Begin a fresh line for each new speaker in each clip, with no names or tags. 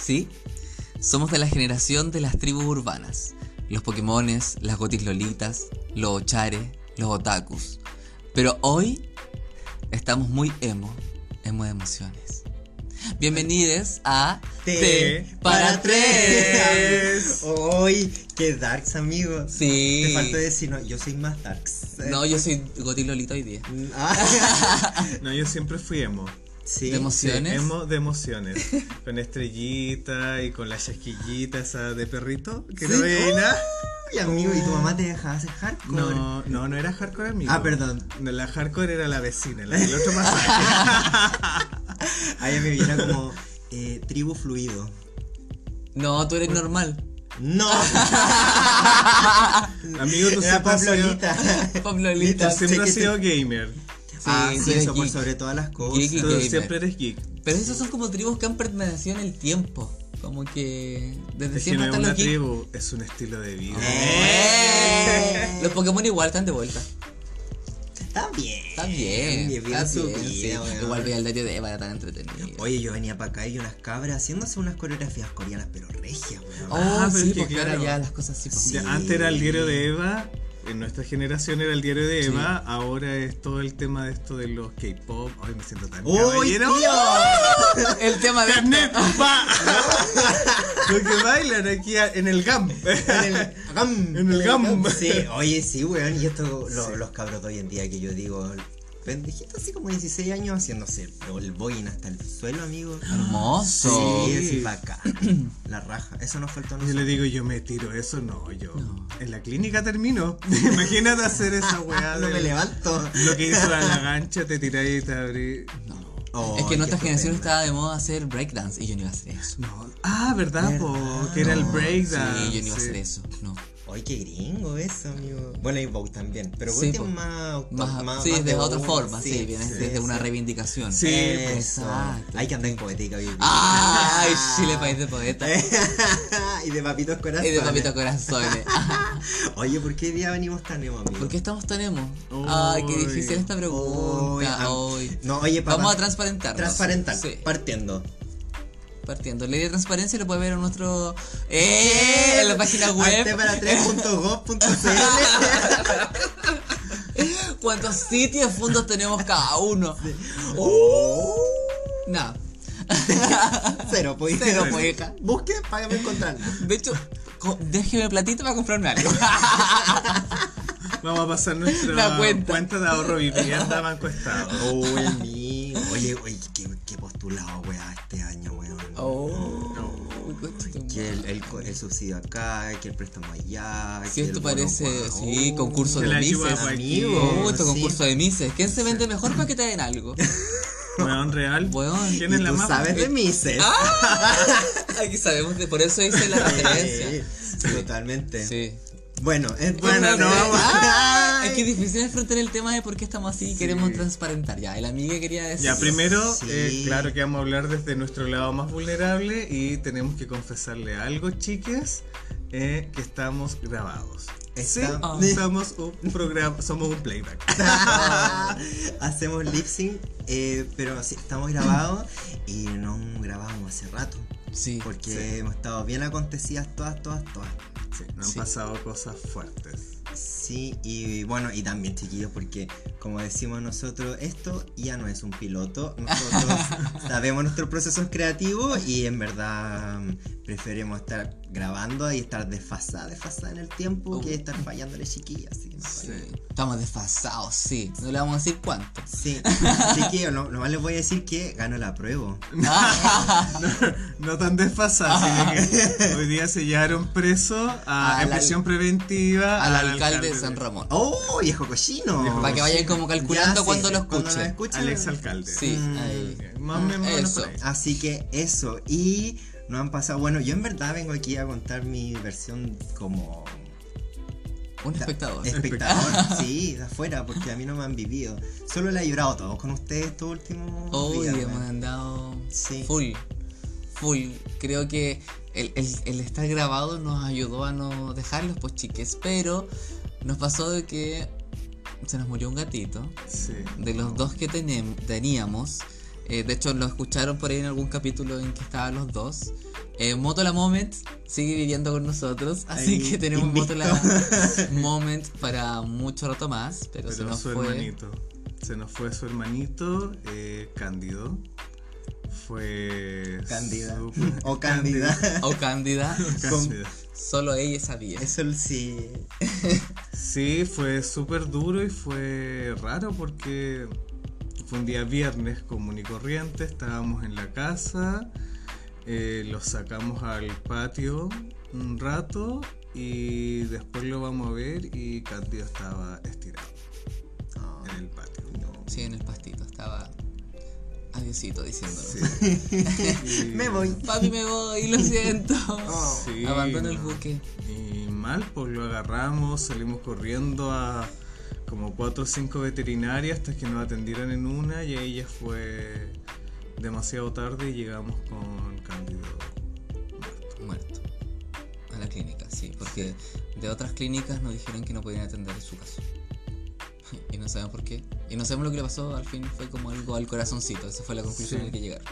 Sí, somos de la generación de las tribus urbanas. Los Pokémones, las Gotis Lolitas, los Ochares, los Otakus. Pero hoy estamos muy emo, emo de emociones. Bienvenidos a
T para tres. Hoy, qué darks, amigos.
Sí.
Te falta decir, no, yo soy más darks.
No, yo soy Gotis Lolita hoy día.
Ah,
No, yo siempre fui emo.
sí.
De emoción.
Sí,
¿Emociones?
emo de emociones. Con estrellita y con la chasquillita esa de perrito. Que no
Sí.
veía nada.
Uy, amigo, ¿y tu mamá te dejaba hacer
Oh,
hardcore?
No, no, no era hardcore amigo.
Ah, perdón.
No, la hardcore era la vecina, la del otro
Ah,
pasaje.
Ahí me viene como eh, tribu fluido.
No, tú eres normal.
No,
amigo, tú
era
siempre has sido,
Pablolita.
Pop
tú
Lolita.
siempre has
Sé que
sido gamer.
ah,
Sí,
sí,
tú eres
eso por
geek.
sobre todas las cosas.
Geek y
Tú
gamer.
siempre eres geek.
Pero esos son como tribus que han permanecido en el tiempo. Como que desde
Es que no
siempre
es
están
una
los Ah, geeks.
tribu, es un estilo de vida.
¡Eh! Los Pokémon igual están de vuelta.
También.
Están bien.
viva
están
su
bien,
vida,
sí.
weón.
Igual veía el diario de Eva, era tan entretenido.
Oye, yo venía para acá y vi unas cabras haciéndose unas coreografías coreanas, pero regias, weón.
Oh,
Ah, pero
sí,
es que
porque ahora
claro.
ya las cosas sí. pues.
Sí.
Ya, Antes era el diario de Eva, en nuestra generación era el diario de
Sí.
Eva, ahora es todo el tema de esto de los K-pop. Ay, me siento tan
¡Uy,
caballero.
tío!
El tema de.
¡Carnet, va! Los que bailan aquí a- en el GAM.
En el gam.
En el gam.
Sí, oye, sí, weón. Y esto, lo- los cabros de hoy en día que yo digo, pendejitos así como 16 años haciéndose el boing hasta el suelo, amigo.
Hermoso.
Sí, así para acá. La raja. Eso nos faltó a
Yo le
nosotros.
digo, yo me tiro eso, no, yo. En la clínica termino. Imagínate hacer esa weá.
No
del-
me levanto.
Lo que hizo la lagancha, te tiráis y te abrí. No.
Oh,
Es que
qué
en nuestra generación
estupendo.
estaba de moda hacer breakdance y yo no iba a hacer eso.
No. Ah, ¿verdad? po? que era el
No,
breakdown.
Sí, yo no iba a hacer eso. No.
Oye, qué gringo eso, amigo. Bueno, y Vogue también. Pero
Sí,
Vogue
po.
tiene más, auto-
Más,
más-
sí,
más
es de otra
uno,
forma, sí, vienes desde una
sí.
reivindicación.
Sí,
Eso.
Eh, Exacto.
Hay que andar en poética, baby.
¡Ay, Chile, país de poetas!
y de papitos corazones.
Y de papito corazones. Ah,
Oye, ¿por qué día venimos tan emo, amigo?
¿Por qué estamos tan emo? Ay, qué
Uy.
difícil esta
Hoy,
pregunta.
am-
hoy.
No, oye, para
Vamos a transparentar.
transparentar.
Sí,
Partiendo.
partiendo. Ley de transparencia lo puede ver en nuestro. ¡Eh! En la página web.
Arte para 3.gov.cl.
¿Cuántos sitios fundos tenemos cada uno?
oh,
Nada.
cero, pues.
Cero, po, hija.
Busque, págame encontrar.
De hecho, co- déjeme platito para comprarme algo.
Vamos a pasar
La
nuestra
cuenta.
cuenta. de ahorro vivienda Banco Estado.
Oh, el mío. Oye, oye, qué, qué postulado, weá, este año, weón.
Oh. conchetum-
Que el, el, co- el subsidio acá, que el préstamo allá.
Si
que el
esto
bono uh,
parece,
guau.
sí, concurso
Que
de
la ayuda
mises.
para aquí.
amigo.
Oh, esto
Sí.
concurso de mises. ¿Quién se vende mejor para que te den algo?
Weón real.
Weón.
¿Quién
¿Y
es la
tú
más?
sabes de Mises.
Ah. Aquí sabemos, de, por eso hice la
Sí,
referencia.
Totalmente.
Sí.
Bueno, es
Bueno,
bueno, no
sí.
vamos
Ah, es que es difícil enfrentar el tema de por qué estamos así y queremos transparentar. Ya, el amigo quería decir.
Ya, primero,
Sí.
eh, claro que vamos a hablar desde nuestro lado más vulnerable y tenemos que confesarle algo, chiques, eh, que estamos grabados.
Está-
Ah.
Sí, somos un programa, somos un playback.
Hacemos lip sync, eh, pero sí, estamos grabados y no grabábamos hace rato.
Sí.
Porque hemos estado bien acontecidas todas, todas, todas.
Sí, nos han
Sí.
pasado cosas fuertes.
Sí, y bueno, y también chiquillos, porque como decimos nosotros, esto ya no es un piloto. Nosotros sabemos nuestros procesos creativos y en verdad mm, preferimos estar grabando y estar desfasada, desfasada en el tiempo que estar fallándole chiquillas. Así que nos
Uh. Sí.
vale.
Estamos desfasados, sí. No le vamos a decir cuánto.
Sí, chiquillos, no, nomás les voy a decir que gano la prueba.
Ah,
No tan desfasadas, sino que hoy día sellaron preso a,
Al
en
al-
prisión preventiva
al alcalde de San Ramón.
¡Oh, viejo cochino!
Para que vayan como calculando
Ya, sí,
cuando lo
lo
escuchen.
escuchen.
Al exalcalde.
Sí,
Mm.
ahí.
Más o menos
Eso.
por ahí.
Así que eso, y no han pasado. Bueno, yo en verdad vengo aquí a contar mi versión como
Un
ta-
espectador.
Espectador, sí, de afuera, porque a mí no me han vivido. Solo la he llorado todos con ustedes estos últimos
Uy,
días.
hemos
weón.
andado
Sí.
full. Full. Creo que el, el- el estar grabado nos ayudó a no dejarlos, pues chiques. Pero nos pasó de que se nos murió un gatito.
Sí.
De los dos que tenem- teníamos, Eh, de hecho, lo escucharon por ahí en algún capítulo en que estaban los dos. Eh, Moto la Moment sigue viviendo con nosotros, así
Ahí,
que tenemos Moto
invicto.
la Moment para mucho rato más, pero, se
Pero
nos
su
fue.
hermanito. Se nos fue su hermanito, eh, Cándido. Fue.
Cándida.
súper-
O Cándida.
O Oh, Cándida,
Cándida.
solo ella sabía.
Eso sí.
Sí, fue súper duro y fue raro porque fue un día viernes común y corriente, estábamos en la casa, eh, lo sacamos al patio un rato y después lo vamos a ver y Cándido estaba estirado
Ah,
en el patio.
no.
Sí, en el pastito estaba. Adiosito diciéndolo.
Sí.
Me voy.
Papi, me voy, lo siento.
Oh.
Sí,
Abandono el
no.
buque.
Y mal, pues lo agarramos, salimos corriendo a como 4 o 5 veterinarias hasta que nos atendieron en una y ahí ya fue demasiado tarde y llegamos con Cándido.
Muerto. A la clínica, sí, porque de otras clínicas nos dijeron que no podían atender su caso. Y no sabemos por qué. Y no sabemos lo que le pasó, al fin fue como algo al corazoncito, esa fue la conclusión
Sí.
a la que llegaron.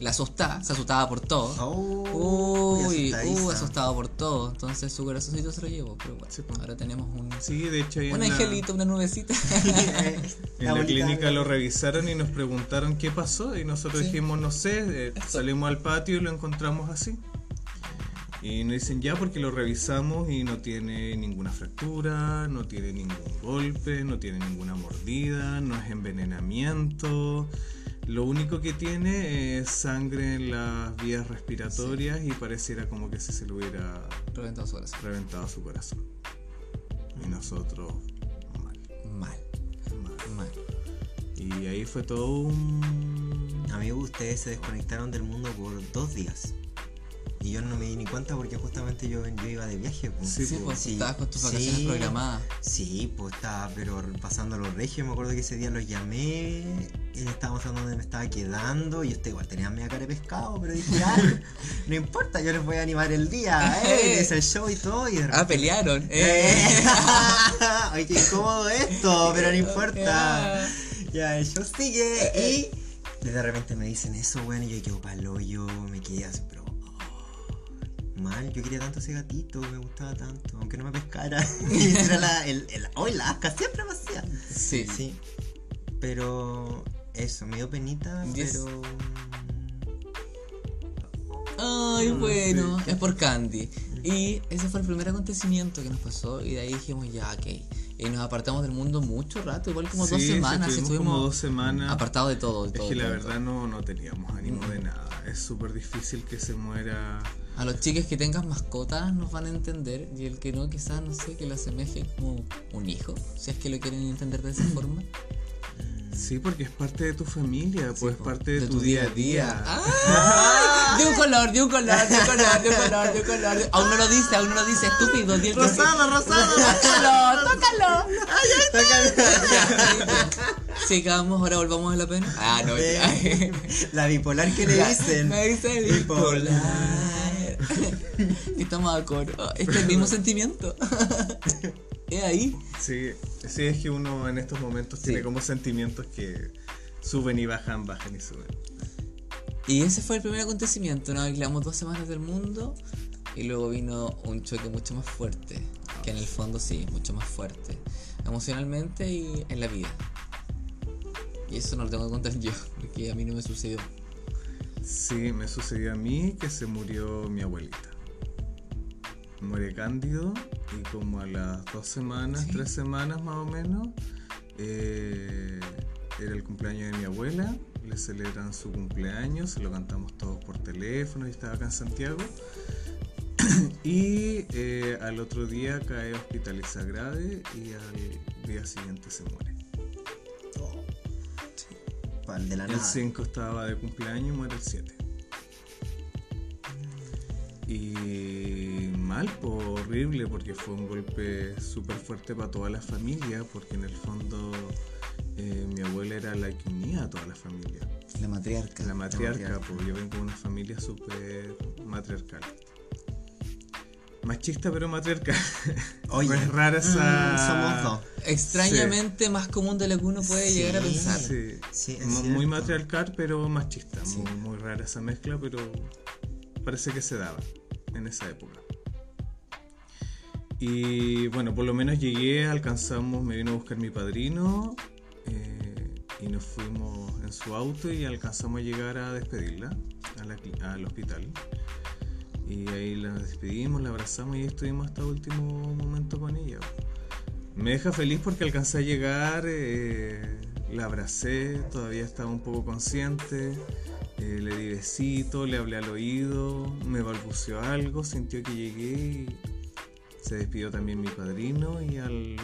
La asustaba, se asustaba por
Ah,
todo.
Oh,
Uy,
asustadiza.
uh, asustado por todo. Entonces su corazoncito se lo llevó, pero bueno,
Sí, pues.
ahora tenemos un,
Sí, de hecho ahí en
un
la-
angelito, una nubecita.
En
La
la,
bonita
clínica
habla.
lo revisaron y nos preguntaron qué pasó y nosotros
Sí.
dijimos, no sé, eh, salimos al patio y lo encontramos así. Y nos dicen ya porque lo revisamos y no tiene ninguna fractura, no tiene ningún golpe, no tiene ninguna mordida, no es envenenamiento. Lo único que tiene es sangre en las vías respiratorias y pareciera como que si se le hubiera
Reventado su corazón.
reventado su corazón. Y nosotros mal,
Mal,
mal.
mal.
Y ahí fue todo un...
Amigos, ustedes se desconectaron del mundo por dos días. Y yo no me di ni cuenta porque justamente yo, yo iba de viaje. pues.
Sí,
Sí, pues
sí,
estabas con tus vacaciones
sí.
programadas.
Sí, pues estaba, pero pasando los regios, me acuerdo que ese día los llamé, eh, estábamos hablando dónde me estaba quedando, y usted igual tenía media cara de pescado, pero dije, ya, no importa, yo les voy a animar el día, eh, es el show y todo, y de
Ah,
repente,
pelearon.
eh,
Eh.
ay, qué incómodo esto, pero no importa,
Ah.
ya, el show
Eh,
sigue, y de repente me dicen eso, bueno, y yo quedo palo, yo me quedé así, pero... oh, Mal, yo quería tanto ese gatito, me gustaba tanto, aunque no me pescara. Era la, el, el, oh, el asca, siempre me hacía.
Sí.
Sí. Pero eso, me dio penita,
Yes.
pero.
Ay,
No,
bueno,
Ah, sí.
es por Candy. Y ese fue el primer acontecimiento que nos pasó y de ahí dijimos ya, ok. Y nos apartamos del mundo mucho rato, igual como dos
Sí, sí,
semanas,
estuvimos
estuvimos
como dos semanas.
apartados de todo. de
Es
todo,
que la
todo,
verdad no, no teníamos ánimo
Mm.
de nada. Es súper difícil que se muera.
todo. A los chiques que tengan mascotas nos van a entender y el que no, quizás, no sé, que lo asemeje como un hijo, si es que lo quieren entender de esa forma.
Pues Sí, porque es parte de tu familia, pues es parte de, tu, día a día.
¡Ah! De un color, de un color, de un color, de un color, de un color. Aún no lo dice, aún no lo dice, estúpido. di el que sí.
Rosado, rosado,
tócalo, tócalo.
Toca-
Sigamos, ahora volvamos a la pena. Ah, no,
Eh, La bipolar que le dicen.
Me dice bipolar. Estamos de acuerdo. Oh, este Es que el mismo sentimiento. Es ahí.
Sí, sí, es que uno en estos momentos
Sí.
tiene como sentimientos que suben y bajan, bajan y suben.
Y ese fue el primer acontecimiento. Nos aislamos dos semanas del mundo. Y luego vino un choque mucho más fuerte. Que en el fondo sí, mucho más fuerte. Emocionalmente y en la vida. Y eso no lo tengo que contar yo. Porque a mí no me sucedió.
Sí, me sucedió a mí que se murió mi abuelita. Muere Cándido y como a las dos semanas,
Sí.
tres semanas más o menos, eh, era el cumpleaños de mi abuela, le celebran su cumpleaños, se lo cantamos todos por teléfono y estaba acá en Santiago. y eh, al otro día cae hospitalizada grave y al día siguiente se muere.
Pal de la
El
nada.
5 estaba de cumpleaños y muere el 7. Y mal, po, horrible, porque fue un golpe súper fuerte para toda la familia, porque en el fondo eh, mi abuela era la que unía a toda la familia.
La matriarca.
La matriarca,
matriarca.
porque yo vengo de una familia súper matriarcal. Machista pero matriarca.
Oye,
Pues rara esa-
mm, somos dos.
Extrañamente más común de lo que uno puede llegar a
Sí.
pensar.
Sí,
Sí, es
mu- muy,
cierto.
matriarcal pero machista.
Sí.
Muy, muy rara esa mezcla, pero parece que se daba en esa época. Y bueno, por lo menos llegué, alcanzamos, me vino a buscar mi padrino eh, y nos fuimos en su auto y alcanzamos a llegar a despedirla a la cli- al hospital. Y ahí la despedimos, la abrazamos y ahí estuvimos hasta último momento con ella. Me deja feliz porque alcancé a llegar, eh, la abracé, todavía estaba un poco consciente, eh, le di besito, le hablé al oído, me balbuceó algo, sintió que llegué y se despidió también mi padrino y a los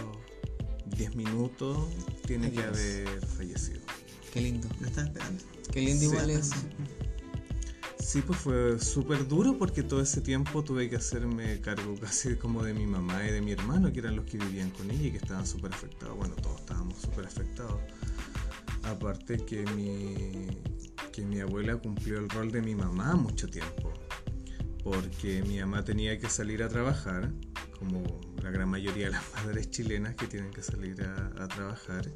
10 minutos tiene que
Adiós.
haber fallecido.
Qué lindo.
Lo estaba esperando.
Qué lindo
Sí.
igual es.
Sí, pues fue súper duro porque todo ese tiempo tuve que hacerme cargo casi como de mi mamá y de mi hermano, que eran los que vivían con ella y que estaban súper afectados. Bueno, todos estábamos súper afectados. Aparte que mi, que mi abuela cumplió el rol de mi mamá mucho tiempo, porque mi mamá tenía que salir a trabajar, como la gran mayoría de las madres chilenas que tienen que salir a, a trabajar.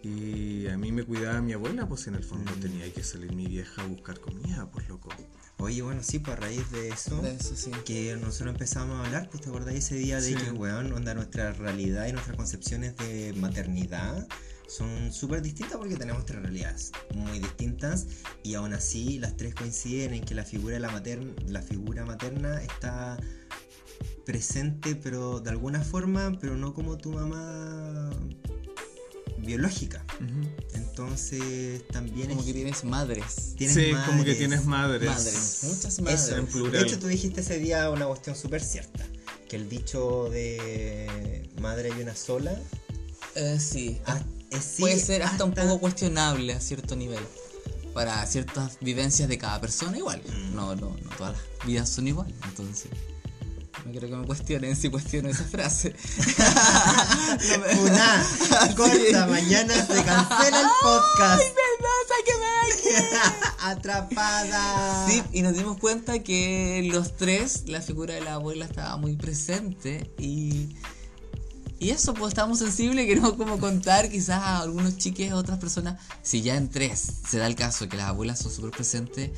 Y a mí me cuidaba mi abuela, pues en el fondo
Mm.
tenía que salir mi vieja a buscar comida, por loco.
Oye, bueno, sí, pues a raíz de eso,
De eso sí.
que nosotros empezamos a hablar, pues te acordás ese día de
Sí.
que, weón, onda nuestra realidad y nuestras concepciones de maternidad son súper distintas porque tenemos tres realidades muy distintas y aún así las tres coinciden en que la figura, de la, materna, la figura materna está presente, pero de alguna forma, pero no como tu mamá biológica. Entonces también
Como
es-
que tienes madres.
Sí, como que
madres.
tienes madres.
Madres. Muchas
Eso,
en
madres.
plural.
De hecho, tú dijiste ese día una cuestión súper cierta. Que el dicho de madre hay una sola.
Eh, sí.
ah, es sí,
Puede ser hasta un poco cuestionable a cierto nivel. Para ciertas vivencias de cada persona igual.
Mm.
No, no, no todas las vidas son iguales. Entonces. No quiero que me cuestionen si cuestiono esa frase. no me...
Funá, corta,
Sí.
mañana se cancela el podcast.
¡Sáqueme!
Atrapada.
Sí, y nos dimos cuenta que los tres, la figura de la abuela estaba muy presente y, y eso, pues estábamos sensibles, queremos como contar quizás a algunos chiques, a otras personas, si ya en tres se da el caso que las abuelas son súper presentes,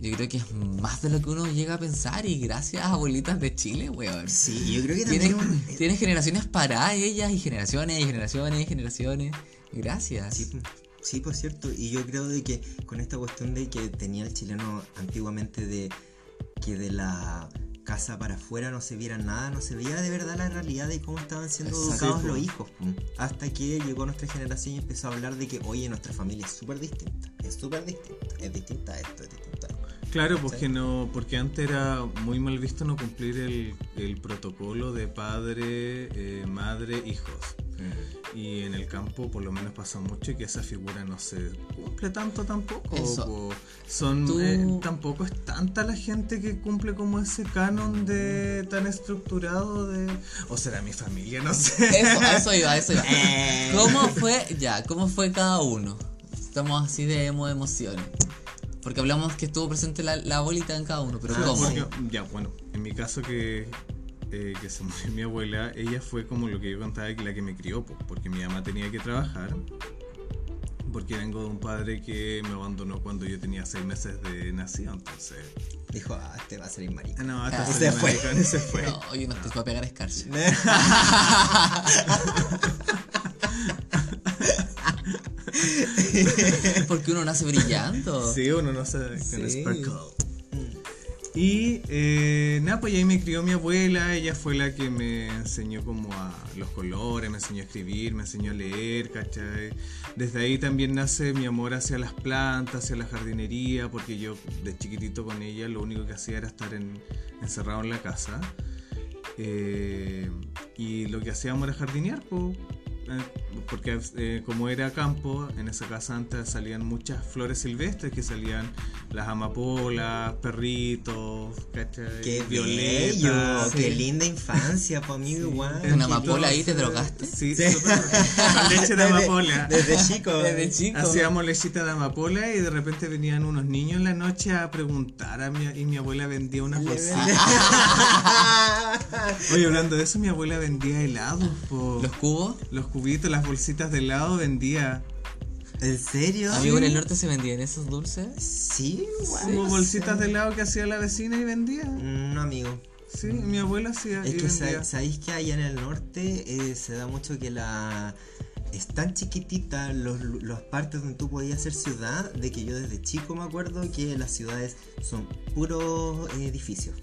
yo creo que es más de lo que uno llega a pensar y gracias abuelitas de Chile, weón.
Sí, yo creo que
Tienes,
también. un- eh,
tienes generaciones para ellas y generaciones y generaciones y generaciones. Gracias.
Sí, po. sí, por cierto. Y yo creo de que con esta cuestión de que tenía el chileno antiguamente de que de la casa para afuera no se viera nada, no se veía de verdad la realidad de cómo estaban siendo
Exacto.
educados
Sí, po.
los hijos. po. Hasta que llegó nuestra generación y empezó a hablar de que, oye, nuestra familia es súper distinta, es súper distinta, es distinta a esto, es distinta a esto.
Claro,
¿Cachai?
porque no, porque antes era muy mal visto no cumplir el, el protocolo de padre, eh, madre, hijos.
Mm.
Y en el campo por lo menos pasa mucho que esa figura no se cumple tanto tampoco.
Eso.
po. Son
Tú-
eh, tampoco es tanta la gente que cumple como ese canon de tan estructurado de o será mi familia, no sé.
Eso, a eso iba, a eso iba.
Eh.
¿Cómo fue? Ya, ¿cómo fue cada uno? Estamos así de emo de emociones. Porque hablamos que estuvo presente la, la abuelita en cada uno, pero
Ah,
¿cómo?
sí.
Porque- ya, bueno, en mi caso que, eh, que se murió mi abuela, ella fue como lo que yo contaba, la que me crió, po, porque mi mamá tenía que trabajar, porque vengo de un padre que me abandonó cuando yo tenía seis meses de nacido, entonces...
Dijo, ah, este va a salir marica.
Ah, no, hasta
Ah.
soy
Se fue.
maricón, se fue.
No, oye, nos te va a pegar escarcha. Porque uno nace brillando.
Sí, uno no sabe con
Sí.
Sparkle. Y eh, nada, pues ahí me crió mi abuela, ella fue la que me enseñó como a los colores, me enseñó a escribir, me enseñó a leer, ¿cachai? Desde ahí también nace mi amor hacia las plantas, hacia la jardinería, porque yo de chiquitito con ella lo único que hacía era estar en- encerrado en la casa. Eh, y lo que hacíamos era jardinear, pues. porque eh, como era campo, en esa casa antes salían muchas flores silvestres que salían las amapolas, perritos, ¿cachai?
Qué
violetas.
bello, qué linda infancia, para mí igual.
Una amapola ahí, ¿te drogaste?
Sí, súper- con leche de amapola.
Ah, Desde chico. eh.
Desde chico.
Hacíamos lechita de amapola y de repente venían unos niños en la noche a preguntar a mi, y mi abuela vendía unas bolsitas. Oye, hablando de eso, mi abuela vendía helados, po.
Los
Los,
cubos.
cubitos, las bolsitas de helado vendía.
¿En serio?
Amigo, en el norte se vendían esos dulces.
Sí, igual,
Como
no
bolsitas
sé.
de helado que hacía la vecina y vendía.
No, amigo.
Sí, mi abuela hacía
Es
y
que
vendía.
sa- sabéis que allá en el norte eh, se da mucho que la. Es tan chiquitita los, lu- las partes donde tú podías ser ciudad, de que yo desde chico me acuerdo que las ciudades son puros eh, edificios.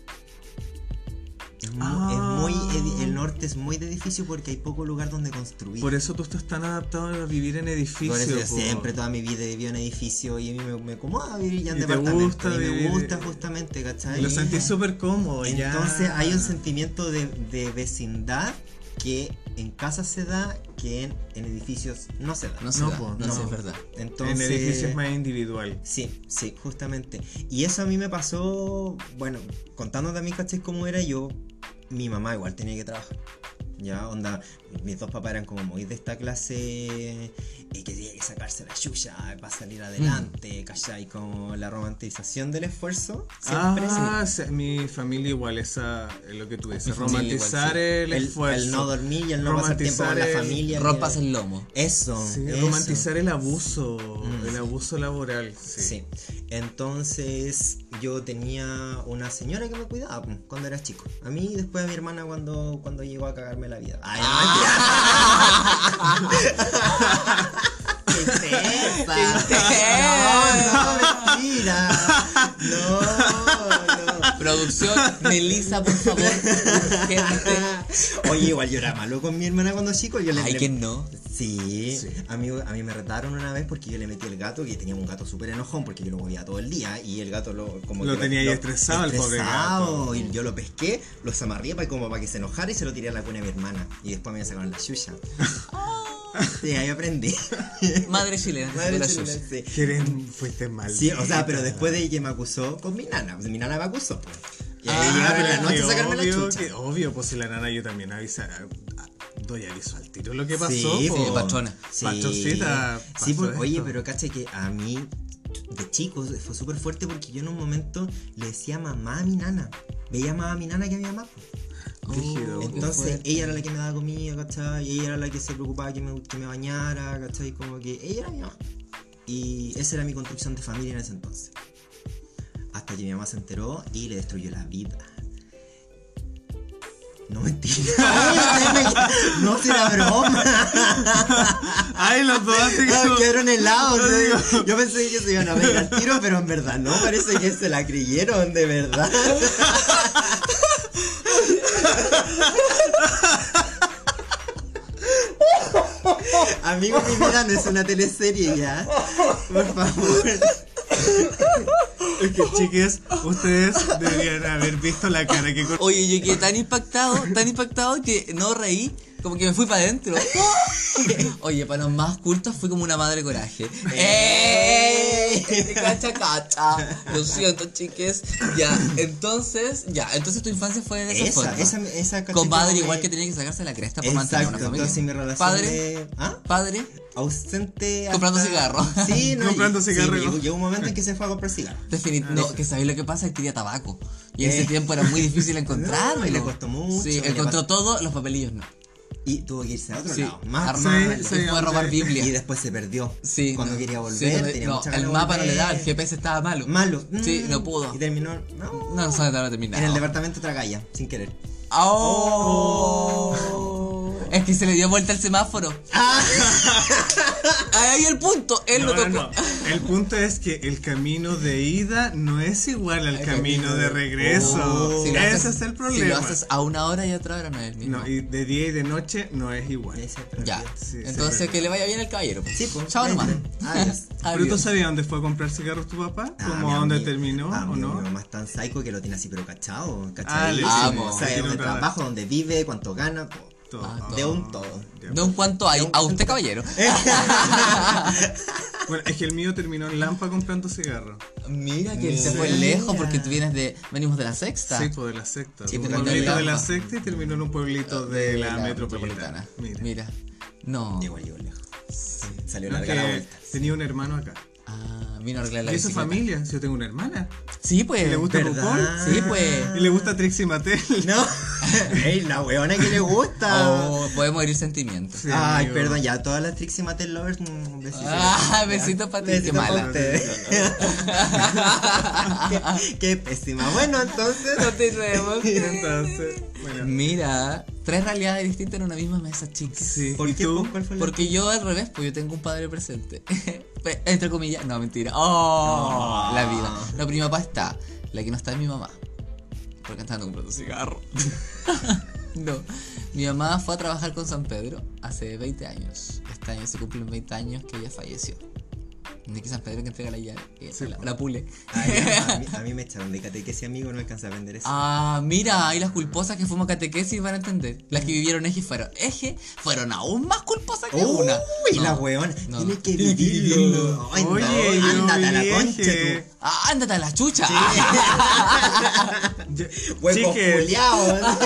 Es mu-
Ah.
es muy edi- el norte es muy de edificio porque hay poco lugar donde construir.
Por eso tú estás tan adaptado a vivir en edificio.
Por eso yo
po.
siempre toda mi vida vivía en edificio y a mí me, me acomoda vivir ya en
Y te
departamento.
gusta
y me
vivir-
gusta justamente, ¿cachai?
Lo sentí súper cómodo. ya.
Entonces hay un sentimiento de, de vecindad que en casa se da, que en, en edificios no se da.
No sé,
No,
da,
po,
no, sé,
no.
es verdad.
Entonces,
En edificios más individual.
Sí, sí, justamente. Y eso a mí me pasó, bueno, contando también, ¿cachai? cómo era yo, mi mamá igual tenía que trabajar. Ya, onda, mis dos papás eran como muy de esta clase y que tenía que sacarse la chucha para salir adelante,
Mm.
¿cachai? Como la romantización del esfuerzo. Siempre, sí.
ah, se- mi familia igual esa es lo que tú dices,
Mi familia
romantizar
igual, sí.
el,
el,
esfuerzo.
el no dormir y el no pasar tiempo con la
Romantizar el-
familia. ni
Rompas
el-
el lomo.
Eso,
Sí,
eso.
romantizar el abuso,
Mm.
el abuso laboral. Sí.
Sí. Entonces yo tenía una señora que me cuidaba pues, cuando era chico. A mí y después a mi hermana cuando, cuando llegó a cagarme la vida. Ay, no, mentira. ¡Qué intensa! No, no, mentira. No, no.
Producción, Melissa, por favor. urgente.
Oye, igual yo era malo con mi hermana cuando chico. Yo le,
Ay,
le-
que no.
Sí,
Sí.
A, mí, a mí me retaron una vez porque yo le metí el gato, que tenía un gato súper enojón porque yo lo movía todo el día y el gato lo como
Lo
que
tenía ahí estresado, el pobre gato.
Y yo lo pesqué, lo zamarré para, como para que se enojara y se lo tiré a la cuna de mi hermana. Y después me sacaron la chucha. sí, ahí aprendí.
Madre chilena.
Madre
la
chilena,
suya.
sí.
Quieren, fuiste mal.
Sí, o sea, pero después de que me acusó con mi nana, pues mi nana me acusó. pues. Y ahí
Ah,
llegaron en la
pero
noche a
que
sacarme la
obvio
chucha.
que- obvio, pues si la nana yo también avisa, ah, doy aviso al tiro lo que pasó.
Sí,
po.
sí, patrona.
Patroncita,
Sí,
pasó
por- oye,
esto.
pero caché que a mí de chico fue súper fuerte porque yo en un momento le decía mamá a mi nana. Veía más a mi nana que a mi mamá. pues.
Brígido.
Oh, qué
Entonces
fuerte.
ella era la que me daba comida, ¿cachai? Ella era la que se preocupaba que me, que me bañara, ¿cachai? Como que ella era mi mamá. Y esa era mi construcción de familia en ese entonces. Hasta que mi mamá se enteró y le destruyó la vida. No mentira. no será broma.
Ay, los dos así
Ah,
como-
quedaron helados. ¿sí? Yo pensé que se iban a pegar al tiro, pero en verdad no. Parece que se la creyeron, de verdad. Amigo, mi vida no es una teleserie ya. Por favor.
Es que, chiques, ustedes deberían haber visto la cara que con-
Oye, yo quedé tan impactado, tan impactado que no reí, como que me fui para adentro. Oye, para los más cultos fue como una madre coraje.
Eh.
¡Ey! Este ¡Cacha, cacha! Lo siento, chiques. Ya, entonces, ya, entonces tu infancia fue de esa,
Esa,
forma.
esa, esa
Con padre
caché
igual
me-
que tenía que sacarse la cresta para mantener a
Exacto,
una familia.
entonces mi relación
padre,
de- ¿Ah?
padre,
ausente.
Comprando cigarro.
Sí, no.
Comprando
sí,
cigarro.
llegó- llegó un momento en que se fue a comprar cigarro.
definit- no, que sabéis lo que pasa, él quería tabaco. Y en
Ah, Eh.
ese tiempo era muy difícil encontrarlo.
No, y le costó mucho, y
Sí,
le
encontró
pas-
todo, los papelillos no.
Y tuvo que irse a otro
Sí,
lado. Más
armarlo,
Sí, sí,
y fue a robar
hombre.
Biblia.
Y después se perdió.
Sí.
Cuando
no,
quería volver,
sí, cuando-
tenía
no,
mucha
el
ganas de
mapa no le
volver.
daba, el GPS estaba malo.
Malo.
Sí,
Mm.
no pudo.
Y terminó. No.
No, no sabe dónde terminar.
En el departamento Tragalla, sin querer.
¡Oh! Es que se le dio vuelta el semáforo. Ah. Ahí el punto. Él
No,
lo
no,
tocó.
no. El punto es que el camino de ida no es igual al
El
camino, de regreso.
Oh, si lo
Ese
haces-
es el
Si lo
problema.
haces a una hora y a otra hora no es el mismo.
No, y de día y de noche no es igual.
Ese perdió.
Ya.
Sí, se
Entonces
perdió.
que le vaya bien al caballero.
Sí, pues.
Chao nomás. Ah,
vente. Adiós.
¿Pero tú
Adiós.
sabías dónde fue a comprar cigarros tu papá?
Ah,
¿Cómo
mi
a dónde
amigo-
terminó
ah,
o
mi
no?
amigo más tan psycho que lo tiene así, pero cachado.
Ah,
¿Cachai?
le
Amo.
O sea,
tiene
dónde
otra-
trabaja, dónde vive, cuánto gana. po.
todo.
pues, Ah,
De un todo.
Ya,
No en cuanto hay. A usted, caballero.
Bueno, es que el mío terminó en Lampa comprando cigarros.
Mira que
Mira.
se fue lejos porque tú vienes de. Venimos de la sexta.
Sí, pues de la secta.
Sí,
un
terminó en
pueblito de la
Lampa.
secta y terminó en un pueblito de, la, metropolitana.
Mira.
Mira.
No.
Llegó, llegó lejos. Salió
No, es
larga la
que
vuelta.
tenía un hermano acá.
Ah, vino a arreglar la
Y eso
bicicleta.
es familia, si yo tengo una hermana.
Sí, pues.
¿Le gusta
¿Verdad?
Sí, pues.
Y le gusta Trixie Mattel.
No. Ey, la weona que le gusta.
Oh, podemos herir sentimientos.
Sí,
Ay,
amigo.
perdón, ya todas las Trixie Mattel Lovers, mm, un besito.
Ah,
Ya.
besito pa' ti,
Besito
qué
pa'
mala.
ustedes. qué, qué pésima. Bueno, entonces.
Continuemos.
Entonces, bueno.
Mira, tres realidades distintas en una misma mesa, chicas.
Sí.
¿Por
¿Y
qué?
tú?
¿Cuál fue la-
Porque yo al revés, pues yo tengo un padre presente. Pe- Entre comillas, no, mentira. Oh,
No.
la
Ah.
vida. No, pero mi papá está. La que no está es mi mamá. Porque está andando comprando cigarro. no. Mi mamá fue a trabajar con San Pedro hace 20 años. Este año se cumplen 20 años que ella falleció. Ni que San Pedro que entrega la llave. eh,
Sí,
la,
po.
la pule.
Ay, a, mí, a mí me echaron de cate que ese amigo no alcanza a vender eso.
Ah, mira, ahí las culposas que fuimos a catequesis van a entender. Las que vivieron eje fueron eje, fueron aún más culposas que
Uy,
una. No.
la weona.
No,
Tiene
no.
que
Tiene que
vivirlo. Ay,
Oye,
no,
yo
ándate a
vi
la concha
eje.
tú.
Ah, ándate a la chucha.
Yo-
Huecos
chiques,
culiados.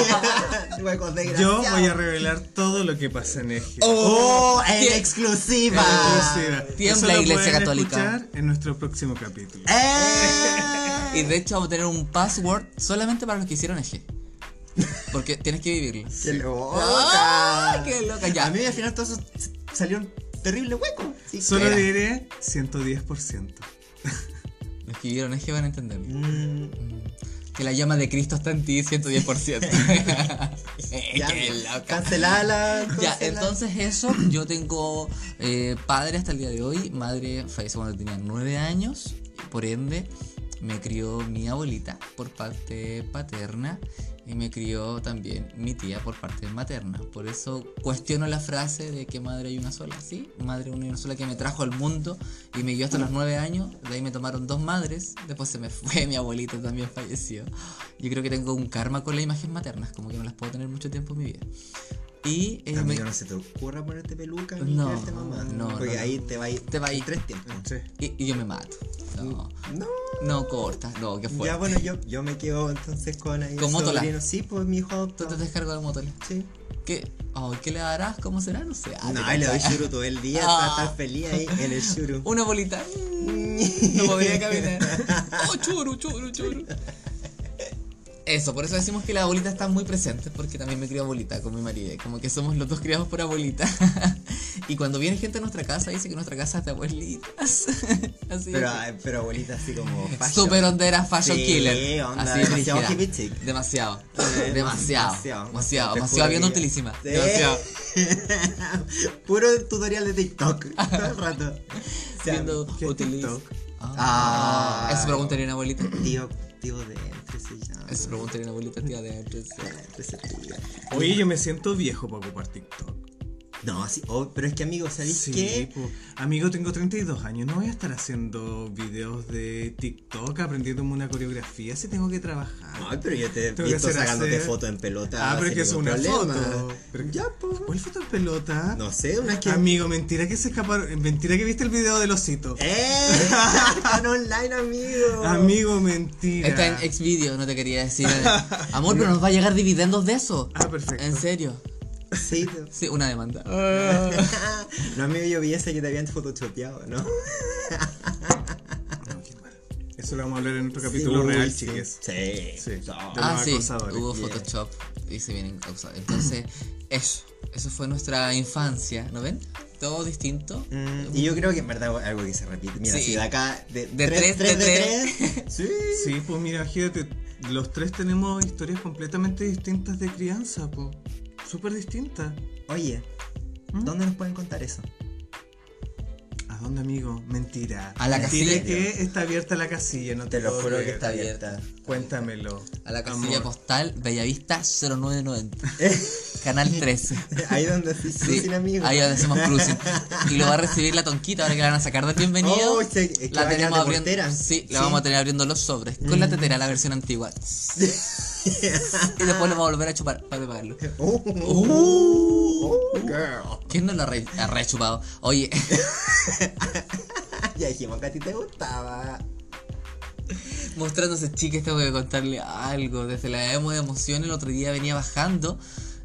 Huecos
yo
desgraciados.
voy a revelar todo lo que pasa en Eje.
¡Oh! ah, en
Tien-
exclusiva!
Exclusiva.
Tiembla,
Eso lo
Iglesia
pueden
Católica.
escuchar en nuestro próximo capítulo.
Y
¡Eh!
de hecho vamos a tener un password solamente para los que hicieron eje. Porque tienes que vivirlo.
¡Qué loca!
¡Ay, qué loca!
A
Ya.
mí al final todo eso s- salió un terrible hueco. Sí,
Solo
era.
diré 110%.
Los que vivieron eje van a entender.
Mm,
Que la llama de Cristo está en ti 110%.
ya,
Eh, ¡Qué loca!
Cancelala.
Ya,
cancelala.
entonces eso, yo tengo eh, padre hasta el día de hoy, madre falleció cuando tenía nueve años, por ende me crió mi abuelita por parte paterna y me crió también mi tía por parte materna. Por eso cuestiono la frase de que madre hay una sola, ¿sí? Madre una y una sola que me trajo al mundo y me guió hasta los nueve años, de ahí me tomaron dos madres, después se me fue mi abuelita también falleció. Yo creo que tengo un karma con las imágenes maternas, como que no las puedo tener mucho tiempo en mi vida. Y eh, me-
Amigo, no se te ocurra ponerte peluca ni
No,
creerte mamá.
no,
porque
no.
ahí te va a ir
Te va a ir.
tres tiempos.
Sí.
Y, y yo me mato. No,
No.
no corta, no, que fue.
Ya bueno, yo, yo me quedo entonces con ahí.
Con Motola.
sobrino. Sí, pues mi hijo
Tú te
adoptado.
descargo de motor.
Sí.
¿Qué? Oh, ¿Qué le darás? ¿Cómo será? No sé. Ah,
No,
te
ahí le doy
cachai.
shuru todo el día,
Ah.
está, está feliz ahí en el shuru.
Una bolita. No podría caminar. Oh, churu, churu, churu. Eso, por eso decimos que la abuelita está muy presente, porque también me crió abuelita con mi marido. y Como que somos los dos criados por abuelita. y cuando viene gente a nuestra casa, dice que nuestra casa es de abuelitas. Así
Pero,
es.
ay, pero abuelita así como fashion.
Super ondera fashion
Sí,
killer.
onda,
Así
demasiado
brígida.
hippie chic.
Demasiado.
Eh,
Demasiado.
demasiado,
Demasiado.
te
Demasiado
juro
bien
que-
utilísima.
Sí.
Demasiado.
Puro tutorial de TikTok todo el rato. O sea,
Viendo
¿qué
utiliza.
TikTok?
Ah,
Ah.
Eso pregúntale a una abuelita.
Tío, tío de entre se llama.
Eso pregúntale a una abuelita, tía de antes.
Entre se tía.
Oye, yo me siento viejo para ocupar TikTok.
No, sí, oh, pero es que amigo, ¿sabéis
Sí,
qué?
po. Amigo, tengo 32 años. No voy a estar haciendo videos de TikTok aprendiéndome una coreografía si tengo que trabajar.
Ay, pero yo te he
Tengo que
visto
hacer
sacándote
hacer-
fotos en pelota.
ah,
sin
pero es que es
ningún
una
problema.
foto. Pero-
Ya, pues.
¿Cuál foto en pelota?
No sé, una que.
Amigo, mentira que se escaparon. Mentira que viste el video del osito.
¡Eh! oh. Están online, amigo.
Amigo, mentira.
Está en Xvideo, no te quería decir. Amor, pero nos va a llegar dividendos de eso.
Ah, perfecto.
En serio.
Sí, tú.
Sí, una demanda.
Ah.
No, amigo, yo vi ese que te habían photoshopeado, ¿no?
No, qué mal. Eso lo vamos a hablar en otro capítulo
Sí,
real,
sí.
chiques.
Sí.
Sí.
No.
De
Ah,
los
sí,
acosadores.
hubo
Yeah.
Photoshop y se vienen causados. Entonces, eso, eso fue nuestra infancia, ¿no ven? Todo distinto.
Mm, y yo creo que en verdad algo que se repite. Mira,
Sí.
si de acá. De,
De tres,
tres,
de
tres, de tres. Sí.
Sí, pues mira, fíjate, los tres tenemos historias completamente distintas de crianza, pues. Súper distintas.
Oye,
¿Mm?
¿dónde nos pueden contar eso?
¿A dónde, amigo? Mentira.
A la
Mentira
casilla.
que está abierta la casilla, no te,
Te lo
puedo
juro que
creer.
está abierta.
Cuéntamelo.
A la casilla
amor.
postal Bellavista 0990, canal 13.
Ahí donde sí,
Sí,
sin amigos.
ahí donde hacemos cruising. Y lo va a recibir la tonquita ahora que la van a sacar del bienvenido.
Oh, se- que va a quedar de
abriendo.
portera.
Sí, la
Sí.
vamos a tener abriendo los sobres. Con la tetera, la versión antigua. y después lo va a volver a chupar para pagarlo.
Oh,
Uh.
oh, girl.
¿Quién no lo ha re- ha rechupado? Oye, uh.
Ya dijimos que a ti te gustaba.
mostrándose chiques, tengo que contarle algo. Desde la emo de emoción, el otro día venía bajando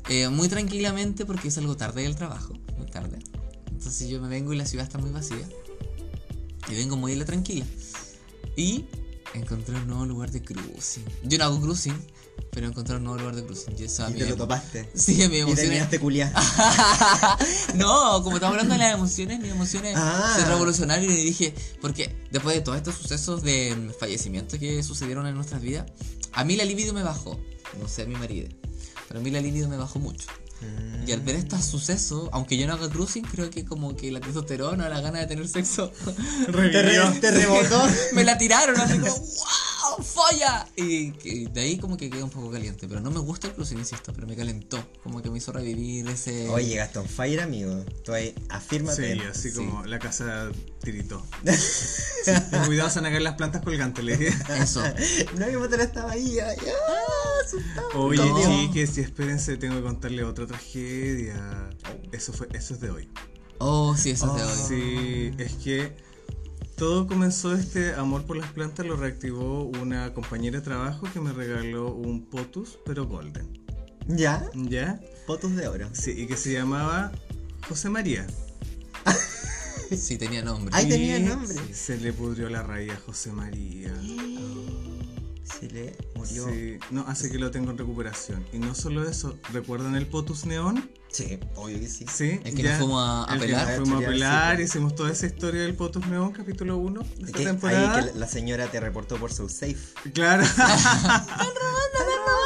eh, muy tranquilamente porque es algo tarde del trabajo, muy tarde. Entonces yo me vengo y la ciudad está muy vacía. Y vengo muy a la tranquila. Y encontré un nuevo lugar de cruising. Yo no hago cruising, pero encontré un nuevo lugar de cruising. Y eso a
Y
mí
te
me-
lo topaste.
Sí, a mí me Ah.
Y este-
emociona.
terminaste culiando.
no, como estamos hablando de las emociones, mis emociones
Ah.
se revolucionaron y le dije, porque después de todos estos sucesos de mm, fallecimientos que sucedieron en nuestras vidas, a mí la libido me bajó, no sé, a mi marido, pero a mí la libido me bajó mucho.
Mm.
Y al ver estos sucesos, aunque yo no haga cruising, creo que como que la testosterona, la gana de tener sexo,
Te, re- te rebotó.
me la tiraron, así como, wow, folla. Y, que de ahí como que quedé un poco caliente, pero no me gusta el cruising, insisto, pero me calentó, como que me hizo revivir ese...
Oye, Gastón Fire, amigo. Tú ahí, afírmate.
Sí, así
Sí.
como la casa tiritó. Ten cuidado, se van a caer las plantas colgantes, le dije.
Eso.
No, mi motor estaba ahí. ay, ah, asustado.
Oye,
No.
chiques, y espérense, tengo que contarle otra tragedia. Eso fue, eso es de hoy.
Oh, sí, eso es de hoy.
Sí, es que todo comenzó este amor por las plantas, lo reactivó una compañera de trabajo que me regaló un potus, pero golden.
¿Ya?
¿Ya?
Fotos de oro.
Sí, y que se llamaba José María. Oh.
Sí, tenía nombre.
Ay. Ahí
Y
tenía el nombre.
Se le pudrió la raíz a José María.
Se le murió.
Sí, no, así que lo tengo en recuperación. Y no solo eso, ¿recuerdan el Potus Neón?
Sí, obvio que sí.
Sí.
El que nos fuimos a- a
el que
pelar.
nos fuimos a
Estudiar, sí,
pelar,
pues.
hicimos toda esa historia del Potus Neón, capítulo 1 de
Es
esta
que ahí
temporada.
que la- la señora te reportó por su safe.
Claro.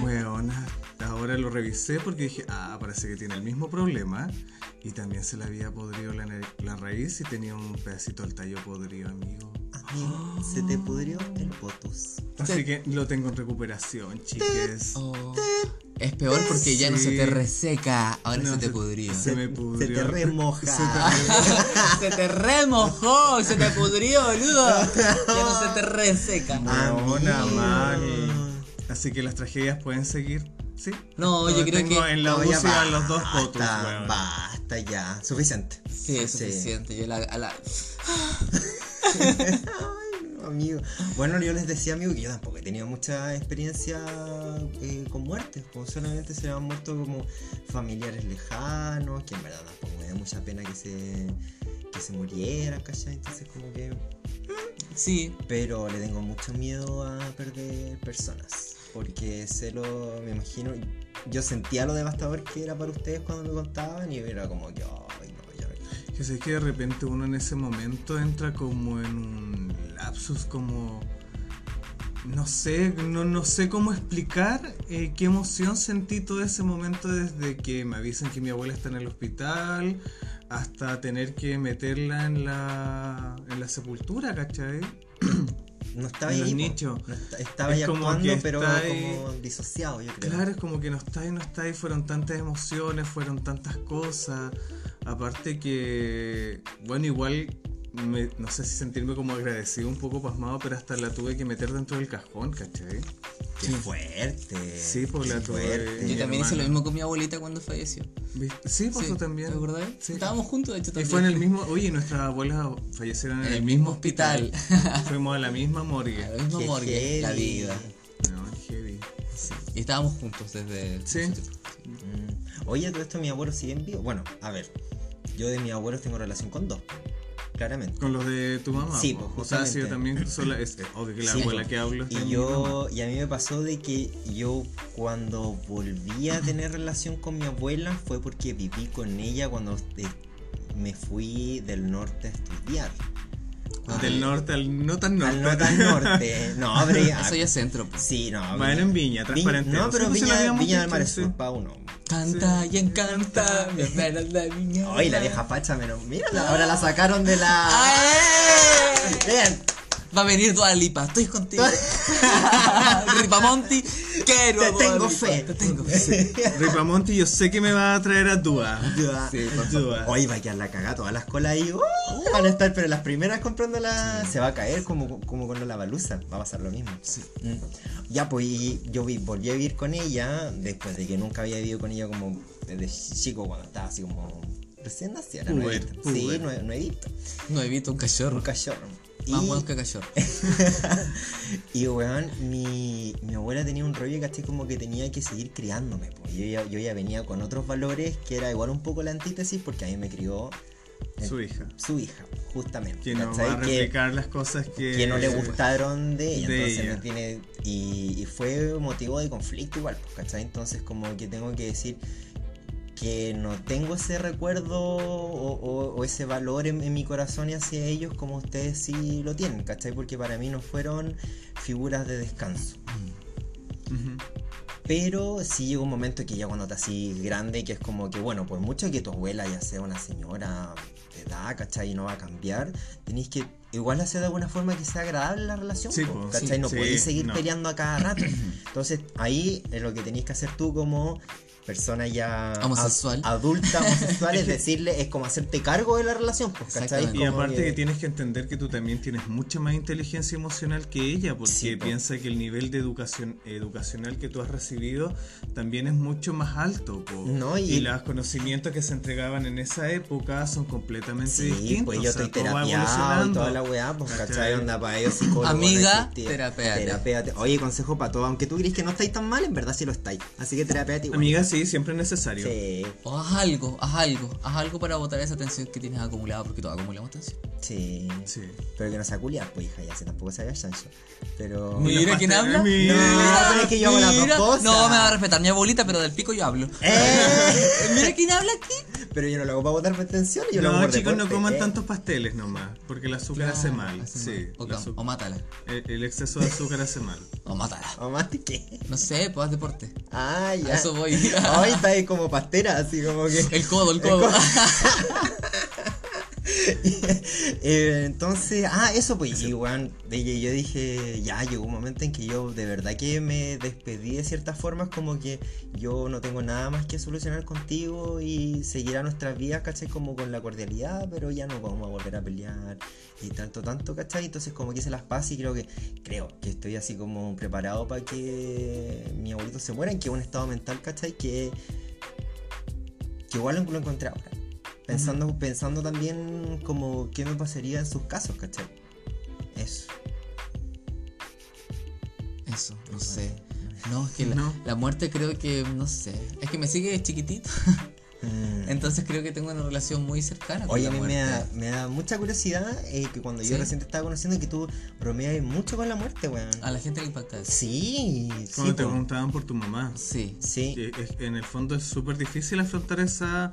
Bueno, ahora lo revisé porque dije, ah, parece que tiene el mismo problema. Y también se le había podrido la, ne- la raíz y tenía un pedacito del tallo podrido, amigo.
Amigo, se
Oh.
te pudrió el potus.
Así que lo tengo en recuperación, chiques.
Oh. Es peor porque ya no se te
Sí.
reseca, ahora
No,
se te
se-
pudrió.
se-
Se,
me pudrió.
Se te remoja.
te remojó, se te pudrió, boludo. Ya no se te reseca.
No,
Ah, Amigo.
nada mal. Así que las tragedias pueden seguir, ¿sí?
No, yo
Lo
creo
tengo
que-
en la
No, ya
música los dos
basta,
potus, weón.
Basta ya. Suficiente.
Sí, es suficiente. Yo la, a la-
Ay, no, Amigo. Bueno, yo les decía, amigo, que yo tampoco he tenido mucha experiencia eh, con muertes, como solamente se me han muerto como familiares lejanos, que en verdad tampoco me da mucha pena que se, que se murieran, ¿cachai? Entonces como que...
Sí,
Pero le tengo mucho miedo a perder personas, porque se lo, me imagino, yo sentía lo devastador que era para ustedes cuando me contaban y era como que, ay, no, ya no".
Que sé que de repente uno en ese momento entra como en un lapsus, como. No sé, no, no sé cómo explicar eh, qué emoción sentí todo ese momento desde que me avisan que mi abuela está en el hospital hasta tener que meterla en la, en la sepultura, ¿cachai?
No estaba ahí.
En los
po.
nichos.
No esta- estaba
Es
ahí
como
actuando,
que
pero
está
como disociado, yo creo.
Claro, es como que no está y no está y fueron tantas emociones, fueron tantas cosas. Aparte que, bueno, igual me- no sé si sentirme como agradecido, un poco pasmado, pero hasta la tuve que meter dentro del cajón, ¿cachai?
Qué fuerte.
Sí, po,
qué
la tuve.
yo
fuerte.
Ya.
también hice
hermano.
lo mismo con mi abuelita cuando falleció.
¿Viste? Sí, pues
Sí,
eso también.
¿Te acordás?
Sí.
Estábamos juntos, de hecho,
Y
también.
fue en el mismo, oye, nuestras abuelas fallecieron en,
En el mismo hospital.
Fuimos a la misma morgue.
A la misma
Qué
morgue, la
heavy.
vida.
No, heavy.
Sí. Y estábamos juntos desde.
Sí.
Mm. Oye, todo esto mis abuelos siguen vivos. Bueno, a ver. Yo de mis abuelos tengo relación con dos. Claramente.
Con los de tu mamá.
Sí,
po.
pues,
o sea, sí, yo
justamente.
también sola, es obvio que la
Sí,
abuela
po.
que hablo es de
Y
mi mamá.
yo, ah. y a mí me pasó de que yo cuando volví a tener relación con mi abuela fue porque viví con ella cuando eh, me fui del norte a estudiar. Cuando-
Del norte al no tan norte.
Al norte, al norte. No, pero
Ah.
Eso ya es centro. pues.
Sí, no.
Bueno, en Viña,
Viña-
transparente.
No, pero
Sí, pues, se lo
Viña,
habíamos
Viña del
dicho,
Mar es
sí.
pa' uno.
Canta
Sí.
y encanta. mi hermana, la niña.
Ay, la vieja facha, menos. Mira, ahora la sacaron de la.
¡Ay!
Bien.
Va a venir Dua Lipa, estoy contigo. Ripamonti, quiero.
Te
a Dua
tengo
Lipa,
fe.
Te tengo fe.
Ripamonti, yo sé que me va a traer a Dua.
Dua.
Sí, por favor.
Hoy va a quedar la cagada, todas las colas ahí ¡uh! van a estar, pero las primeras comprando la se va a caer como, como con la baluza, va a pasar lo mismo. Mm. Ya, pues y yo vi- volví a vivir con ella después de que nunca había vivido con ella como desde chico, cuando estaba así como recién nacida, era
Puber,
nuevita. Sí,
puber.
nue- nuevita,
No evito un
un
cachorro.
cachorro.
Más
Y-
bueno que cachorro.
y weón, mi, mi abuela tenía un rollo, ¿cachai? Como que tenía que seguir criándome. po. Yo, ya, yo ya venía con otros valores, que era igual un poco la antítesis, porque a mí me crió eh,
Su hija.
su hija, justamente.
Que nos
¿cachai?
va a
que,
replicar las cosas que.
que no le gustaron de ella.
de
entonces me
ella.
tiene- y, y fue motivo de conflicto igual, pues, ¿cachai? Entonces como que tengo que decir que no tengo ese recuerdo o, o- o ese valor en, en mi corazón y hacia ellos como ustedes sí lo tienen, ¿cachai? Porque para mí no fueron figuras de descanso.
Ujú.
Pero sí llega un momento que ya cuando te así grande, que es como que, bueno, por mucho que tu abuela ya sea una señora de edad, ¿cachai? Y no va a cambiar, tenéis que igual hacer de alguna forma que sea agradable la relación,
Sí,
po,
po,
¿cachai?
sí,
no
sí,
podéis seguir
no.
peleando a cada rato. Entonces ahí es lo que tenéis que hacer tú como persona ya ad-
Homosexual.
adulta homosexual, es decirle, es como hacerte cargo de la relación, pues, ¿cachai?
Exactamente.
Y
Como
aparte que tienes que entender que tú también tienes mucha más inteligencia emocional que ella, porque
Sí, po.
piensa que el nivel de educación educacional que tú has recibido también es mucho más alto. po.
No, y-
los conocimientos que se entregaban en esa época son completamente
Sí,
distintos.
pues yo
o sea,
estoy
todo va
terapiado y toda
evolucionando.
la weá, pues
¿Cachai?
cachai, onda para ellos psicólogo.
Amiga,
receptivo.
terapéate.
Terapéate. Oye, consejo para todo, aunque tú crees que no estáis tan mal, en verdad sí lo estáis. Así que terapéate igual.
Amiga, sí, siempre es necesario.
Sí,
O haz algo, haz algo, haz algo para botar esa tensión que tienes acumulada, porque todos acumulamos tensión.
sí.
Sí.
Pero que no sea culiar, pues hija, ya se tampoco sabía Sancho. Pero.
Mi-
Mira quién
pasteles,
habla.
mira.
Mira,
pero es que yo hago las dos
mira.
cosas.
No, me va a respetar mi abuelita, pero del pico yo hablo.
¡Eh!
Mira quién habla aquí.
Pero yo no lo hago para botarme tensión, yo lo hago
No,
por
chicos, no
deporte,
coman
eh.
tantos pasteles nomás, porque el azúcar hace
Ah,
mal. sí,
O,
el,
cam-
azu- eh,
o mátala.
el- el exceso de azúcar hace mal.
O mátala.
¿O más de qué?
No sé, pues haz deporte.
Ah, ya.
A eso voy.
Ay, está ahí como pastera, así como que.
El codo, el codo.
Eh, entonces, ah, eso pues, y weón, de- yo, yo dije, ya llegó un momento en que yo de verdad que me despedí de ciertas formas, como que yo no tengo nada más que solucionar contigo y seguir a nuestras vidas, ¿cachai? Como con la cordialidad, pero ya no vamos a volver a pelear y tanto, tanto, ¿cachai? Entonces como que hice las paces y creo que, creo que estoy así como preparado para que mi abuelito se muera, en que es un estado mental, ¿cachai? Que, que igual lo lo encontré ahora. Pensando, pensando también como qué me pasaría en sus casos, ¿cachai? Eso.
Eso, no sé. No, es que la,
No.
la muerte creo que, no sé. Es que me sigue chiquitito.
Mm.
Entonces creo que tengo una relación muy cercana con
Oye,
la
a mí me
muerte.
da, me da mucha curiosidad eh, que cuando
¿Sí?
yo recién te estaba conociendo que tú bromeas mucho con la muerte, weón.
A la gente le impacta eso.
Sí, sí,
Cuando te
po.
preguntaban por tu mamá.
Sí.
sí.
que es- en el fondo es súper difícil afrontar esa,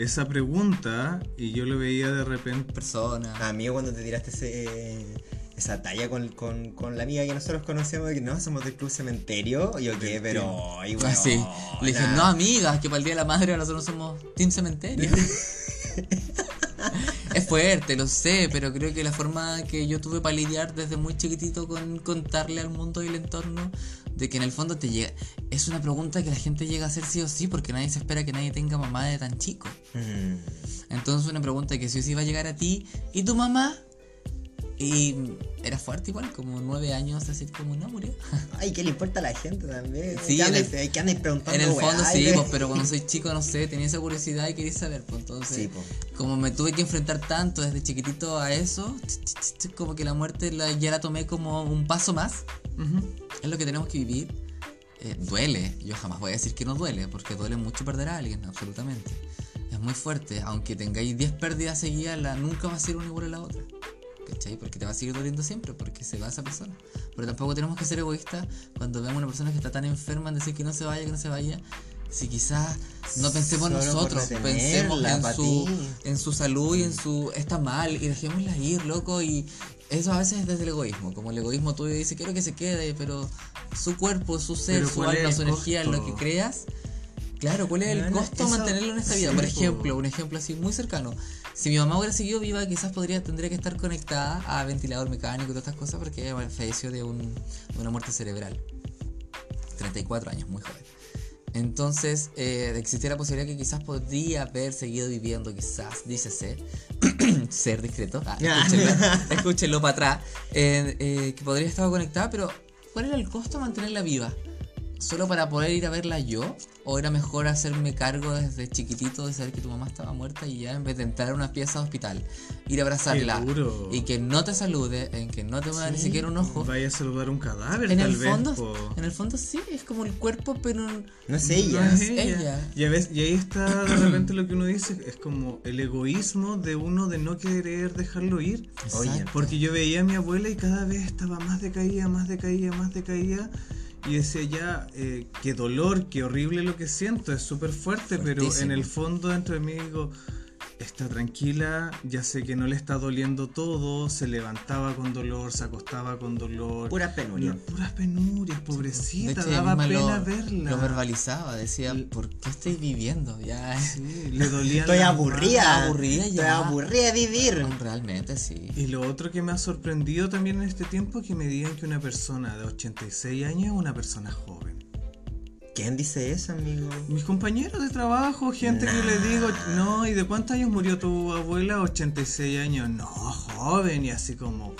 esa pregunta y yo lo veía de repente.
Persona.
Amigo, cuando te tiraste ese, eh, esa talla con, con, con la amiga que nosotros conocemos, que no, somos del Club Cementerio, yo qué,
Del team.
pero... Ay,
Ah, sí. Le dije,
weona.
no, amigas, que para el Día de la Madre nosotros somos Team Cementerio. es fuerte, lo sé, pero creo que la forma que yo tuve para lidiar desde muy chiquitito con contarle al mundo y el entorno, de que en el fondo te llega... Es una pregunta que la gente llega a hacer sí o sí, porque nadie se espera que nadie tenga mamá de tan chico.
Mm.
Entonces una pregunta que sí o sí va a llegar a ti y tu mamá... Y era fuerte igual, como nueve años, así como no murió.
Ay, ¿qué le importa a la gente también?
Sí,
¿Qué
en
andáis-
el-
qué andáis preguntando,
En el fondo
weá? eh.
sí, pues, pero cuando soy chico, no sé, tenía esa curiosidad y quería saber, pues entonces,
Sí, pues.
como me tuve que enfrentar tanto desde chiquitito a eso, ch- ch- ch- ch- como que la muerte la- ya la tomé como un paso más,
Ujú.
es lo que tenemos que vivir. Eh, duele, yo jamás voy a decir que no duele, porque duele mucho perder a alguien, absolutamente. Es muy fuerte, aunque tengáis 10 pérdidas seguidas, la, nunca va a ser una igual a la otra. ¿Cachai? Porque te va a seguir doliendo siempre, porque se va esa persona. Pero tampoco tenemos que ser egoístas cuando vemos a una persona que está tan enferma en decir que no se vaya, que no se vaya. Si quizás no pensemos en
Solo por
nosotros, pensemos
tenerla
en
pa'
su,
ti.
en su salud y en su. está mal, y dejémosla ir, loco. Y eso a veces es desde el egoísmo. Como el egoísmo tuyo dice, quiero que se quede, pero su cuerpo, su ser,
Pero
su
¿cuál es
alma,
el
su energía, lo que
costo?
creas. Claro, ¿cuál es el
Bueno,
costo de
eso-
mantenerlo en esta vida?
sí,
Por
po.
ejemplo, un ejemplo así muy cercano. Si mi mamá hubiera seguido viva, quizás podría, tendría que estar conectada a ventilador mecánico y todas estas cosas porque ella bueno, falleció de, un- de una muerte cerebral. 34 años, muy joven. Entonces, eh, existía la posibilidad que quizás podría haber seguido viviendo, quizás, dícese, ser discreto, ah,
Ah.
escúchenlo, escúchenlo para atrás, eh, eh, que podría estar conectada, pero ¿cuál era el costo de mantenerla viva? ¿Solo para poder ir a verla yo? ¿O era mejor hacerme cargo desde chiquitito de saber que tu mamá estaba muerta y ya en vez de entrar a una pieza de hospital, ir a abrazarla
Qué duro.
y que no te salude, en que no te mueva ni
Sí,
siquiera un ojo?
Vaya a saludar un cadáver,
En
tal
el,
vez.
fondo,
po.
en el fondo sí, es como el cuerpo, pero...
No sé,
No
ella.
es
ella.
Y, a veces- y ahí está de repente lo que uno dice, es como el egoísmo de uno de no querer dejarlo ir.
Oye,
Exacto.
Porque yo veía a mi abuela y cada vez estaba más decaída, más decaída, más decaída. Y decía ya, eh, qué dolor, qué horrible lo que siento, es súper fuerte, pero en
Fuertísimo.
el fondo dentro de mí digo, está tranquila, ya sé que no le está doliendo todo, se levantaba con dolor, se acostaba con dolor.
Pura penuria.
No, puras penurias,
pues, De
pobrecita,
hecho, ella
daba
misma
pena
lo-
verla.
Lo verbalizaba, decía,
L-
¿por qué estoy viviendo? Ya eh,
Sí, le dolía
Estoy
la
aburrida.
aburrida
Estoy
ya.
aburrida de vivir.
Realmente sí.
Y lo otro que me ha sorprendido también en este tiempo es que me digan que una persona de 86 años es una persona joven.
¿Quién dice eso, amigo?
Mis compañeros de trabajo, gente que le digo, no, ¿y de cuántos años murió tu abuela? 86 años. No, joven, y así como...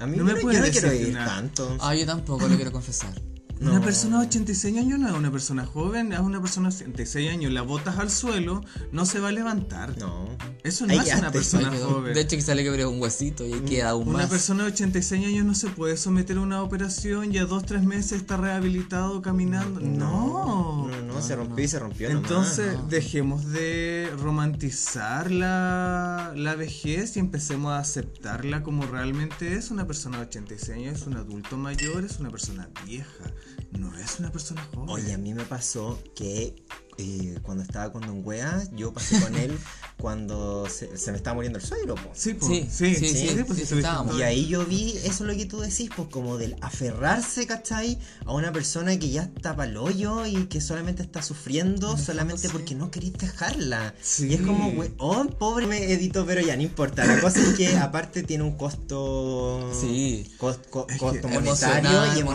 A mí
No
no
me
me yo
puedes
no quiero
decir
vivir
nada.
tanto.
Ah, yo tampoco lo quiero confesar.
Una
No.
persona de 86 años no es una persona joven, es una persona de 86 años. La botas al suelo, no se va a levantar.
No.
Eso no
Ahí
es una
quedaste.
persona
Ahí quedó.
joven.
De hecho, que sale que abrió un huesito y ahí queda aún
Una
más.
persona de 86 años no se puede someter a una operación y a dos, tres meses está rehabilitado caminando. No.
No, no, se rompió y se rompió. nomás.
Entonces, dejemos de romantizar la, la vejez y empecemos a aceptarla como realmente es. Una persona de 86 años es un adulto mayor, es una persona vieja, no es una persona joven.
Oye, a mí me pasó que eh, cuando estaba con Don Wea, yo pasé con él cuando se, se me estaba muriendo el suegro, po.
sí, po,
Sí, sí, sí,
pues
sí,
estuviste
estábamos.
Y ahí yo vi eso lo que tú decís, pues como del aferrarse, ¿cachai? A una persona que ya está pa'l hoyo y que solamente está sufriendo solamente
sí.
porque no querís dejarla.
Sí.
Y es como, oh, pobre me edito, pero ya no importa. La cosa es que aparte tiene un costo.
Sí.
cos- co-
Es que
costo monetario
emocional,
y emocional.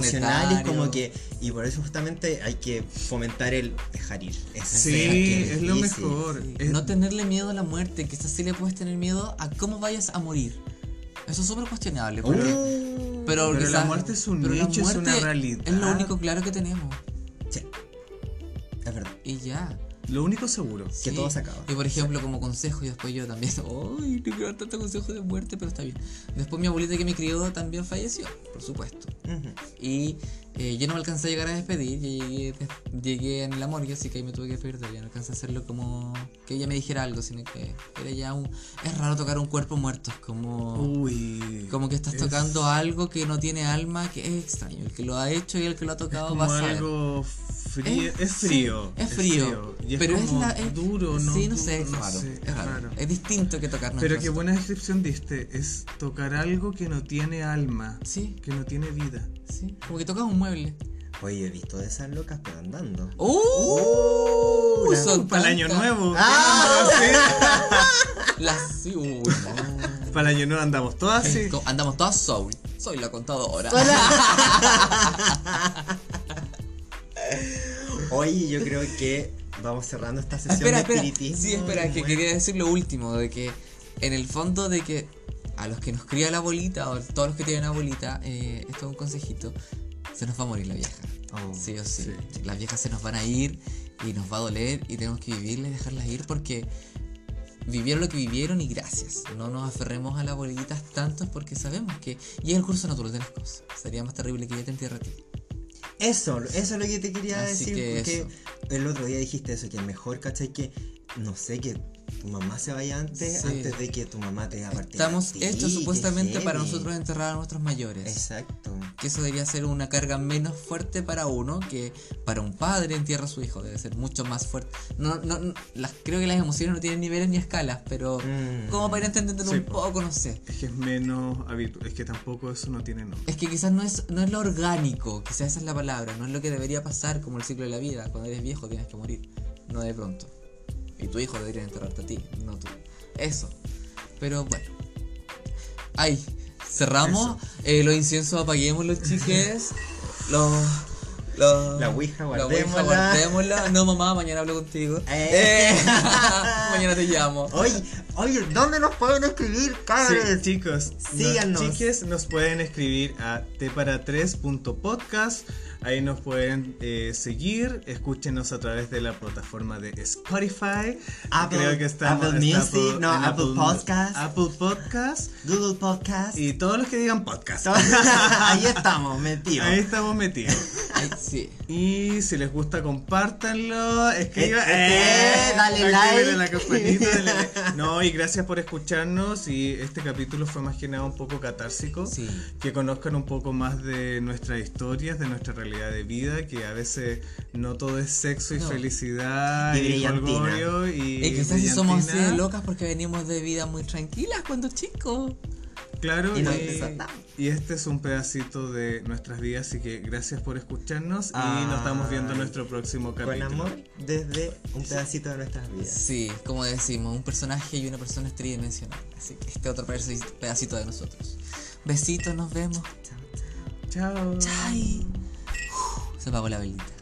monetario.
Es como que. Y por eso justamente hay que fomentar el dejar ir. Es
Sí, es lo
difícil.
mejor. Es-
No tenerle miedo a la muerte, quizás sí le puedes tener miedo a cómo vayas a morir. Eso es súper cuestionable.
Uh,
Pero, pero
Oh, pero la
quizás-
muerte es un
pero la
hecho, es una
muerte
realidad.
Es lo único claro que tenemos.
sí. Es verdad.
Y ya.
Lo único seguro.
Que todo se acaba.
Y por ejemplo, como consejo, y después yo también, ¡ay! No quiero dar tanto consejo de muerte, pero está bien. Después mi abuelita que me crió también falleció, por supuesto.
Ujú.
Y eh, yo no me alcancé a llegar a despedir, yo llegué, llegué en la morgue, así que ahí me tuve que despedir de ella. No alcancé a hacerlo como que ella me dijera algo, sino que era ya un. Es raro tocar un cuerpo muerto, es como.
Uh,
Uy.
Como que estás
es-
tocando algo que no tiene alma, que es extraño. El que lo ha hecho y el que lo ha tocado
como
va a saber.
algo frío.
Es-
Es, frío.
sí, es frío.
Y es
pero
como
es la- es-
duro, ¿no?
Sí, no
duro,
sé, es raro.
sé,
es, raro. Es distinto que tocar
Pero
nuestros-
qué buena descripción diste. Es tocar algo que no tiene alma,
Sí,
que no tiene vida.
sí. Como que tocas un mueble.
Oye, he visto de esas locas, pero andando.
¡Uh!
la-
Son
para el año
tantas.
nuevo.
¡Ah!
Las. sí, uy, no.
Para el año nuevo andamos todas así.
Co- Andamos todas soul. Soy la contadora.
Oye, yo creo que vamos cerrando esta sesión
Ah, espera,
de
espera.
espiritismo.
Sí, espera, que
Bueno.
quería decir lo último, de que en el fondo de que a los que nos cría la abuelita, o todos los que tienen abuelita, eh, esto es un consejito, se nos va a morir la vieja.
Oh,
Sí o sí. Las viejas se nos van a ir y nos va a doler y tenemos que vivirlas y dejarlas ir porque vivieron lo que vivieron y gracias. No nos aferremos a las abuelitas tantos porque sabemos que llega el curso natural de las cosas. Sería más terrible que ella te entierre a ti.
Eso, eso es lo que te quería
Así
decir.
que
porque
eso.
el otro día dijiste eso, que mejor, ¿cachai? Que no sé, que tu mamá se vaya antes,
Sí.
antes de que tu mamá te haga partir. a
Estamos
ti,
hechos
qué
supuestamente para
heavy.
nosotros enterrar a nuestros mayores.
Exacto.
que eso debería ser una carga menos fuerte para uno que para un padre entierra a su hijo, debe ser mucho más fuerte. No, no, no- las, creo que las emociones no tienen niveles ni escalas, pero
Mm.
como para entenderlo
Sí,
un
po.
poco, no sé.
Es que es menos habitual. Es que tampoco eso no tiene nombre.
Es que quizás no es, no es lo orgánico, quizás esa es la palabra, no es lo que debería pasar como el ciclo de la vida, cuando eres viejo tienes que morir, no de pronto. Y tu hijo debería enterrarte a ti, no tú. Eso. Pero bueno. Ay, cerramos. Eh, los inciensos apaguémoslos, chiques. los, los-
La ouija,
la ouija,
guardémosla.
guardémosla. No, mamá, mañana hablo contigo. Eh,
Eh.
mañana te llamo.
Oye, oye, ¿dónde nos pueden escribir,
Sí,
cabres?
chicos,
Síganos.
Nos, chiques, nos pueden escribir a tepara3.podcast. Ahí nos pueden eh, seguir. Escúchenos a través de la plataforma de Spotify.
Apple-
Creo que estamos
Apple
está
Music, no,
en
Apple Podcast.
Apple Podcast.
Google Podcast.
Y todos los que digan podcast.
Ahí estamos, metidos.
Ahí estamos metidos.
Ay, sí.
Y si les gusta, compártanlo. Escriban.
Eh, eh, dale like.
activen la campanita, dale like. No, y gracias por escucharnos. Y este capítulo fue más que nada un poco catársico.
Sí.
que conozcan un poco más de nuestras historias, de nuestra realidad de vida, que a veces no todo es sexo y
No.
felicidad
Y
y
brillantina.
orgullo y
Y quizás si somos así
brillantina.
de locas porque venimos de vidas muy tranquilas cuando chicos.
Claro,
Y
y,
nos desatamos.
y este es un pedacito de nuestras vidas, así que gracias por escucharnos
Ay.
y nos estamos viendo en nuestro próximo
Con
capítulo.
amor desde un pedacito de nuestras vidas.
Sí, como decimos, un personaje y una persona es tridimensional. Así que este otro pedaci- pedacito de nosotros. Besitos, nos vemos.
Chao, chao.
Chao.
Chai. Uf, se apagó la velita.